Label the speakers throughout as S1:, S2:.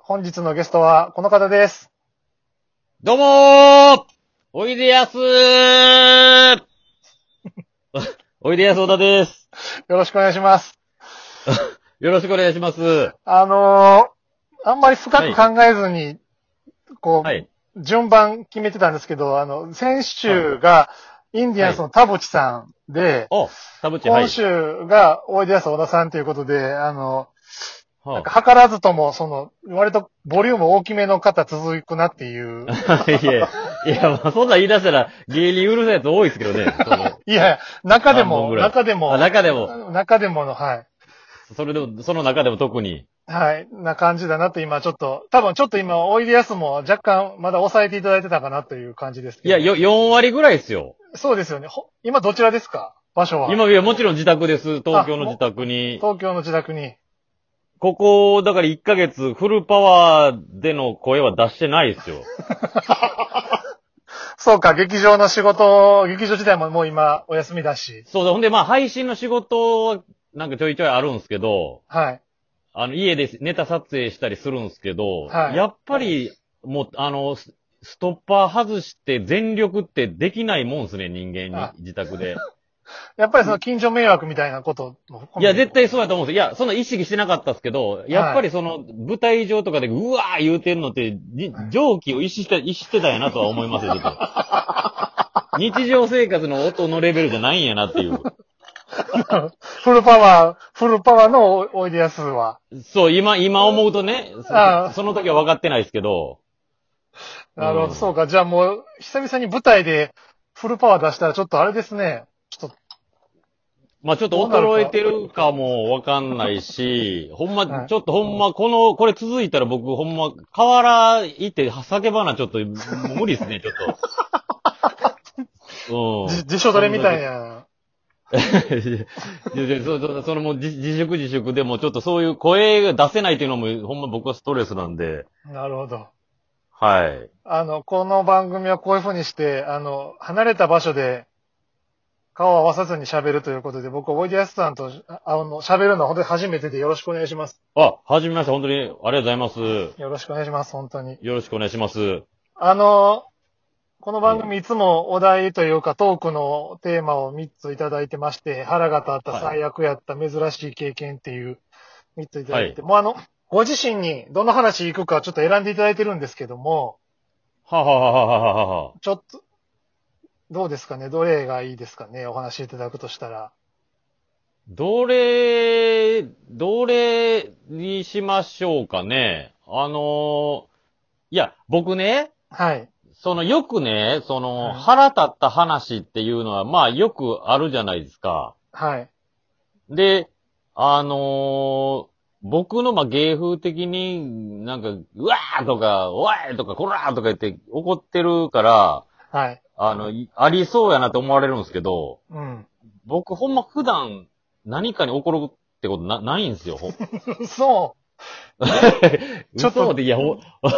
S1: 本日のゲストはこの方です。
S2: どうもーおいでやす ーおいでやす小田です。
S1: よろしくお願いします。
S2: よろしくお願いします。
S1: あのーあんまり深く考えずに、こう、
S2: はい。
S1: 順番決めてたんですけど、あの、先週がインディアンスの田淵さんで、
S2: お、田淵、はい
S1: 今。週がおいでやす小田さんということで、あの、
S2: は
S1: 図らずとも、その、割とボリューム大きめの方続くなっていう。
S2: あいや、いや、まあ、そんなん言い出したら芸人うるさいやつ多いですけどね。その
S1: いや、中で
S2: 半分
S1: も、
S2: ぐらい
S1: 中でも
S2: あ、 中でも、
S1: 中でもの、はい。
S2: それでも、その中でも特に。
S1: はい。な感じだなと今ちょっと、多分ちょっと今、おいでやすも若干まだ抑えていただいてたかなという感じですけ
S2: い
S1: ど。
S2: や、よ、4割ぐらいですよ。
S1: そうですよね。ほ今どちらですか場所は。
S2: 今、いや、もちろん自宅です。東京の自宅に。
S1: 東京の自宅に。
S2: ここ、だから1ヶ月、フルパワーでの声は出してないですよ。
S1: そうか、劇場の仕事、劇場自体ももう今お休みだし。
S2: そうだ、ほんで、まあ、配信の仕事は、なんかちょいちょいあるんですけど、
S1: はい。
S2: あの、家でネタ撮影したりするんですけど、
S1: はい
S2: やっぱり、もう、あの、スストッパー外して全力ってできないもんですね、人間
S1: あ
S2: に、自宅 で。
S1: やっぱりその近所迷惑みたいなことも含
S2: い
S1: め
S2: や、
S1: て
S2: 絶対そうやと思うんですよ。いや、そんな意識してなかったですけど、やっぱりその、舞台上とかで、うわー言うてんのって、じ上気を意識して、意識してたんやなとは思いますよ、ちょっ と。日常生活の音のレベルじゃないんやなっていう。
S1: フルパワー、フルパワーのおおいでやすは。
S2: そう、今、今思うとね、
S1: あ
S2: そその時は分かってないですけど、
S1: なるほ
S2: う
S1: ど、
S2: ん
S1: そうか。じゃあもう、久々に舞台でフルパワー出したらちょっとあれですね。ちょっと、
S2: まあちょっと衰えてるかも分かんないし、ほん
S1: はい
S2: ま、ちょっとほんま、この、これ続いたら僕、ほんま、河原行って酒花ちょっと、もう無理ですね、ちょっと。う
S1: じ
S2: ん。
S1: 自称どれみたいな。
S2: いやいやそそそのもう自自粛自粛でもちょっとそういう声が出せないっていうのもほんま僕はストレスなんで、
S1: なるほど。
S2: はい。
S1: あの、この番組はこういうふうにして、あの、離れた場所で顔を合わさずに喋るということで、僕、おいでやすさんと、ああの、喋るのは本当に初めてでよろしくお願いします。
S2: あ、はじめまして、本当にありがとうございます。
S1: よろしくお願いします、本当に。
S2: よろしくお願いします。
S1: あの、この番組いつもお題というかトークのテーマを3ついただいてまして、腹が立った
S2: はい
S1: 最悪やった珍しい経験っていう3ついただいて、もうあの、ご自身にどの話行くかちょっと選んでいただいてるんですけども、
S2: はあはあはあはあはあはあ。
S1: ちょっと、どうですかねどれがいいですかねお話しいただくとしたら。
S2: どれ、どれにしましょうかね。あのーいや、僕ね、
S1: はい。
S2: そのよくね、その、
S1: はい
S2: 腹立った話っていうのは、まあよくあるじゃないですか。
S1: はい。
S2: で、あのー僕のまあ芸風的になんか、うわーとか、おいとか、こらーとか言って怒ってるから、
S1: はい。
S2: あの、いありそうやなと思われるんですけど、
S1: うん。
S2: 僕ほんま普段何かに怒るってことな、ないんですよ。ほん
S1: そちょっと
S2: 嘘で、いや、ほ、
S1: う。
S2: ほんま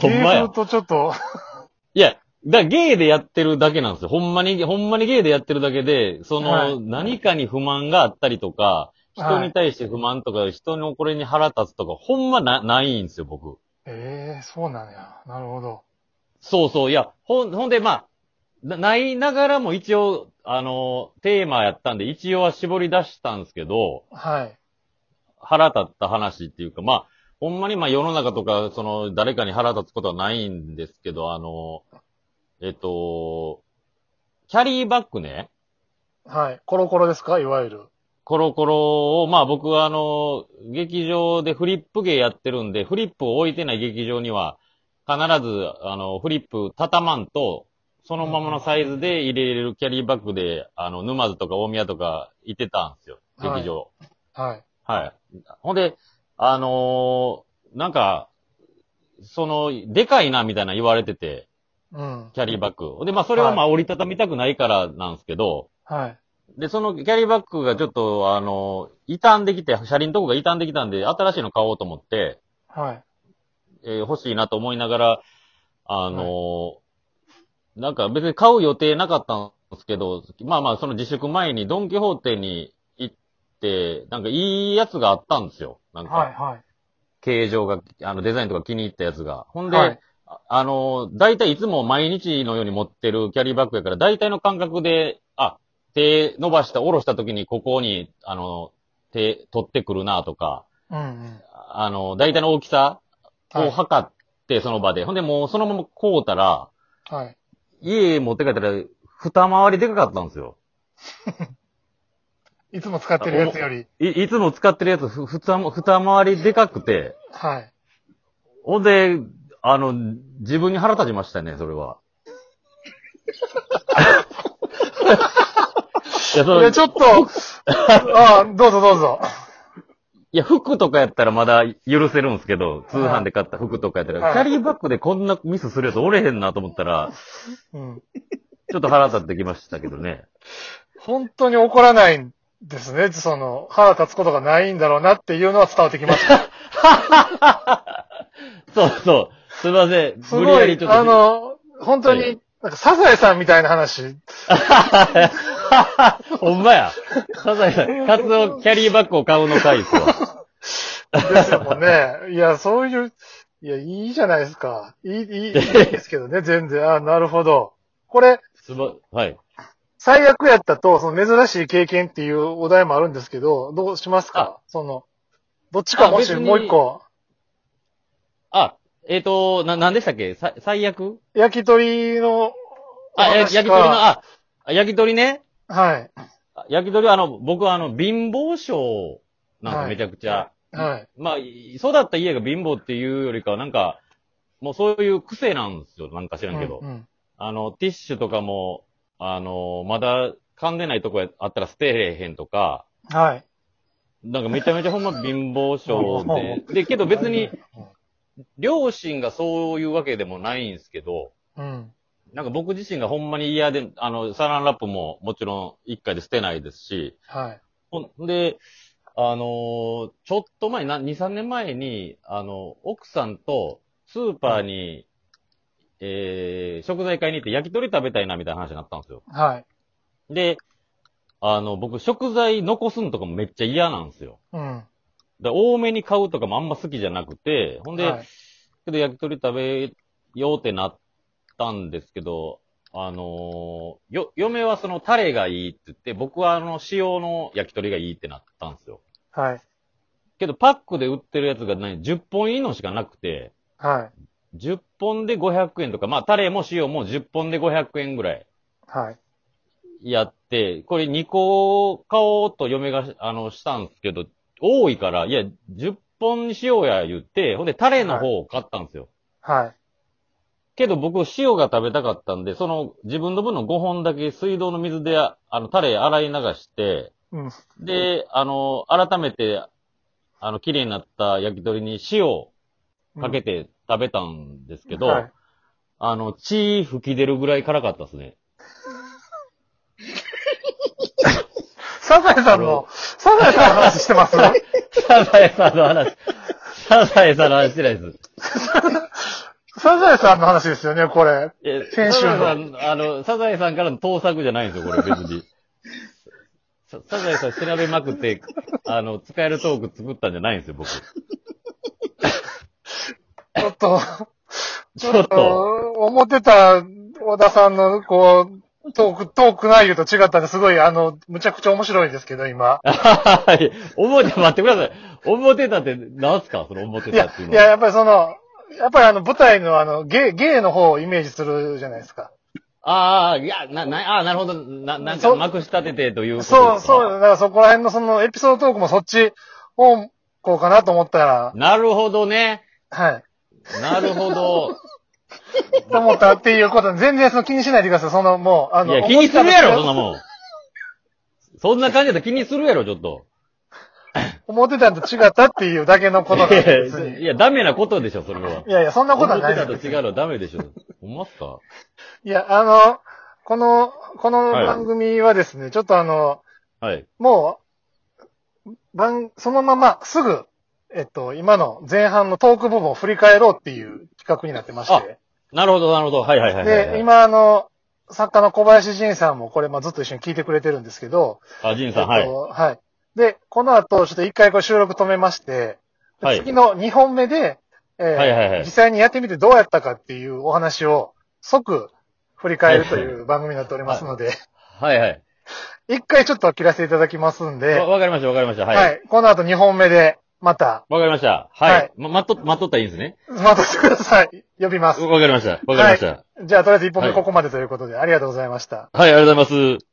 S1: 芸風。
S2: や
S1: とちょっと、
S2: いや、だからゲイでやってるだけなんですよ。ほんまに、ほんまにゲイでやってるだけで、その、
S1: はい
S2: 何かに不満があったりとか、人
S1: はい
S2: に対して不満とか、人の怒りに腹立つとか、ほんまな、ないんですよ、僕。
S1: ええそうなんや。なるほど。
S2: そうそう。いや、ほん、ほんで、まあ、なないながらも一応、あの、テーマやったんで、一応は絞り出したんですけど、
S1: はい。
S2: 腹立った話っていうか、まあ、ほんまにまあ世の中とか、その、誰かに腹立つことはないんですけど、あの、えっと、キャリーバッグね、
S1: はい。コロコロですかいわゆる。
S2: コロコロを、まあ僕はあの、劇場でフリップ芸やってるんで、フリップを置いてない劇場には、必ず、あの、フリップ畳まんと、そのままのサイズで入れれるキャリーバッグで、あの、沼津とか大宮とか行ってたんですよ、劇場。
S1: はい。
S2: はい。ほんで、あのーなんか、その、でかいな、みたいな言われてて、
S1: うん。
S2: キャリーバッグ。ほんで、まあ、それはまあ、折りたたみたくないからなんですけど、
S1: はい。
S2: で、そのキャリーバッグがちょっと、あのー傷んできて、車輪のとこが傷んできたんで、新しいの買おうと思って、
S1: はい。
S2: えー欲しいなと思いながら、あのーなんか別に買う予定なかったんですけど、まあまあ、その自粛前にドンキホーテに行って、なんかいいやつがあったんですよ。なんか、
S1: はい。はい。
S2: 形状が、あの、デザインとか気に入ったやつが。ほんで、
S1: はい
S2: ああの、大体いつも毎日のように持ってるキャリーバッグやから、大体の感覚で、あ、手伸ばした、下ろした時にここに、あの、手取ってくるなとか、
S1: うんうん。
S2: あの、大体の大きさ
S1: は
S2: を
S1: い。
S2: 測って、その場で。ほんでもうそのままこうたら、
S1: はい。
S2: 家持って帰ったら、二回りでかかったんですよ。
S1: いつも使ってるやつより。
S2: い、いつも使ってるやつ、ふ、ふた、二回りでかくて、
S1: はい。
S2: ほんで、あの、自分に腹立ちましたね、それは。 いや、
S1: い
S2: その
S1: や、ち ょっと、ああ、どうぞどうぞ。
S2: いや、服とかやったらまだ許せるんですけど、通販で買った服とかやったら、
S1: はい
S2: キャリーバッグでこんなミスするやつおれへんなと思ったら、
S1: うん。
S2: ちょっと腹立ってきましたけどね。
S1: 本当に怒らないんですね。その、腹立つことがないんだろうなっていうのは伝わってきます。
S2: そうそう。すいません。
S1: す
S2: 無理
S1: ご
S2: やり
S1: い
S2: ちょ、っと。
S1: あの、本当
S2: は
S1: に、なんかサザエさんみたいな話。
S2: ほんまや。サザエさん、カツオキャリーバッグを買うの回です わ。
S1: ですよもん ね。いや、そういう、いや、いいじゃないですか。いい、いい、いいですけど ね、全然。あなるほど。これ、
S2: すば、はい。
S1: 最悪やったと、その珍しい経験っていうお題もあるんですけど、どうしますかその、どっちか
S2: あ
S1: もし
S2: 別に
S1: もう一個、
S2: あ、えっ、と、な、なんでしたっけさ最悪
S1: 焼き鳥の、
S2: あ、や焼き鳥の、あ、あ焼き鳥ね。
S1: はい、
S2: あ焼き鳥はあの、僕はあの、貧乏症なん
S1: は
S2: か
S1: い
S2: めちゃくちゃ。
S1: はい。
S2: まあ、い育った家が貧乏っていうよりかは、なんか、もうそういう癖なんですよ。なんか知らんけど。
S1: うんうん
S2: あの、ティッシュとかも、あの、まだ噛んでないとこやあったら捨てれへんとか、
S1: はい。
S2: なんかめちゃめち ゃほんま貧乏症で、で、けど別に、両親がそういうわけでもないんですけど、
S1: うん。
S2: なんか僕自身がほんまに嫌で、あの、サランラップももちろん一回で捨てないですし、
S1: はい。
S2: ほんで、あのーちょっと前、な2、3年前に、あの、奥さんとスーパーに、えー、食材買いに行って焼き鳥食べたいなみたいな話になったんですよ。
S1: はい。
S2: で、あの、僕食材残すんとかもめっちゃ嫌なんですよ。
S1: うん。
S2: だから多めに買うとかもあんま好きじゃなくて、ほんで、
S1: はい
S2: けど焼き鳥食べようってなったんですけど、あのーよ、嫁はそのタレがいいって言って、僕はあの、塩の焼き鳥がいいってなったんですよ。
S1: はい。
S2: けどパックで売ってるやつがね、10本いいのしかなくて、
S1: はい。
S2: 10本で500円とか、まあタレも塩も10本で500円ぐらい
S1: はい。
S2: やって、これ2個買おうと嫁が、あの、したんですけど、多いから、いや、10本にしようや言って、ほんでタレの方を買ったんですよ。
S1: はい。
S2: けど僕、塩が食べたかったんで、その自分の分の5本だけ水道の水で、ああの、タレ洗い流して、
S1: うん。
S2: で、あの、改めて、あの、綺麗になった焼き鳥に塩をかけて食べたんですけど、
S1: はい
S2: あの、血吹き出るぐらい辛かったですね。
S1: サザエさんの、サザエさんの話して ます
S2: サザエさんの話、サザエさんの話してないです。
S1: サザエさんの話ですよね、これ。
S2: え
S1: 先週の
S2: サザエさん、あの、サザエさんからの盗作じゃないんですよ、これ、別に。ササザエさん調べまくって、あの、使えるトーク作ったんじゃないんですよ、僕。
S1: ちょっと、
S2: ちょっと。
S1: 思ってた小田さんの、こう、トーク、トーク内容と違ったんで、すごい、あの、むちゃくちゃ面白いんですけど、今。
S2: はい。表、待ってください。表だって、なんすかその表
S1: い
S2: だ
S1: や
S2: っていう、
S1: い
S2: のは。
S1: や、やっぱりその、やっぱりあの、舞台のあの、芸、芸の方をイメージするじゃないですか。
S2: ああ、いや、な、な、ああ、なるほど。な、なんか、
S1: そう
S2: まくし立ててということです
S1: そ
S2: か
S1: う、そう、だからそこら辺のその、エピソードトークもそっちを、こうかなと思ったら、
S2: なるほどね。
S1: はい。
S2: なるほど。
S1: と思ったっていうことで、全然その気にしないでください。その、もう、あ
S2: い
S1: の、
S2: や、気にするやろ、そん
S1: も
S2: な
S1: ん。
S2: もん。そんな感じだったら気にするやろ、ちょっと。
S1: 思ってたんと違ったっていうだけのことなん
S2: いや
S1: で
S2: い
S1: す。
S2: や、
S1: 別
S2: い
S1: に
S2: やダメなことでしょ、それは。
S1: いやいや、そんなことは
S2: 思っ
S1: ない
S2: て
S1: で
S2: た
S1: す
S2: と違うのダメでしょ。ほんまっすか
S1: いや、あの、この、この
S2: はい
S1: 番組はですね、ちょっとあの、
S2: はい。
S1: もう、番、そのまますぐ、えっと、今の前半のトーク部分を振り返ろうっていう企画になってまして。
S2: なるほど、なるほど。はいはいはいはい、は
S1: で、
S2: い。
S1: 今あの、作家の小林仁さんもこれ、まあ、ずっと一緒に聞いてくれてるんですけど、
S2: あ、ジンさん、は
S1: えっ
S2: い
S1: と。はい。で、この後、ちょっと一回これ収録止めまして、
S2: はい
S1: 次の2本目で、えー
S2: はいはいはい
S1: 実際にやってみてどうやったかっていうお話を即振り返るという番組になっておりますので、
S2: はいはい。
S1: 一回ちょっと切らせていただきますんで、
S2: わわかりました、わかりました。はい。
S1: は
S2: わ
S1: い。この後2本目で、また、
S2: かりました。は
S1: はい
S2: い。ま、待っと、待っとったらいいんですね。
S1: 待っててください。呼びます。
S2: わかりました。わかりました。
S1: じゃあ、とりあえず1本目
S2: はい
S1: ここまでということで、ありがとうございました。
S2: はい、ありがとうございます。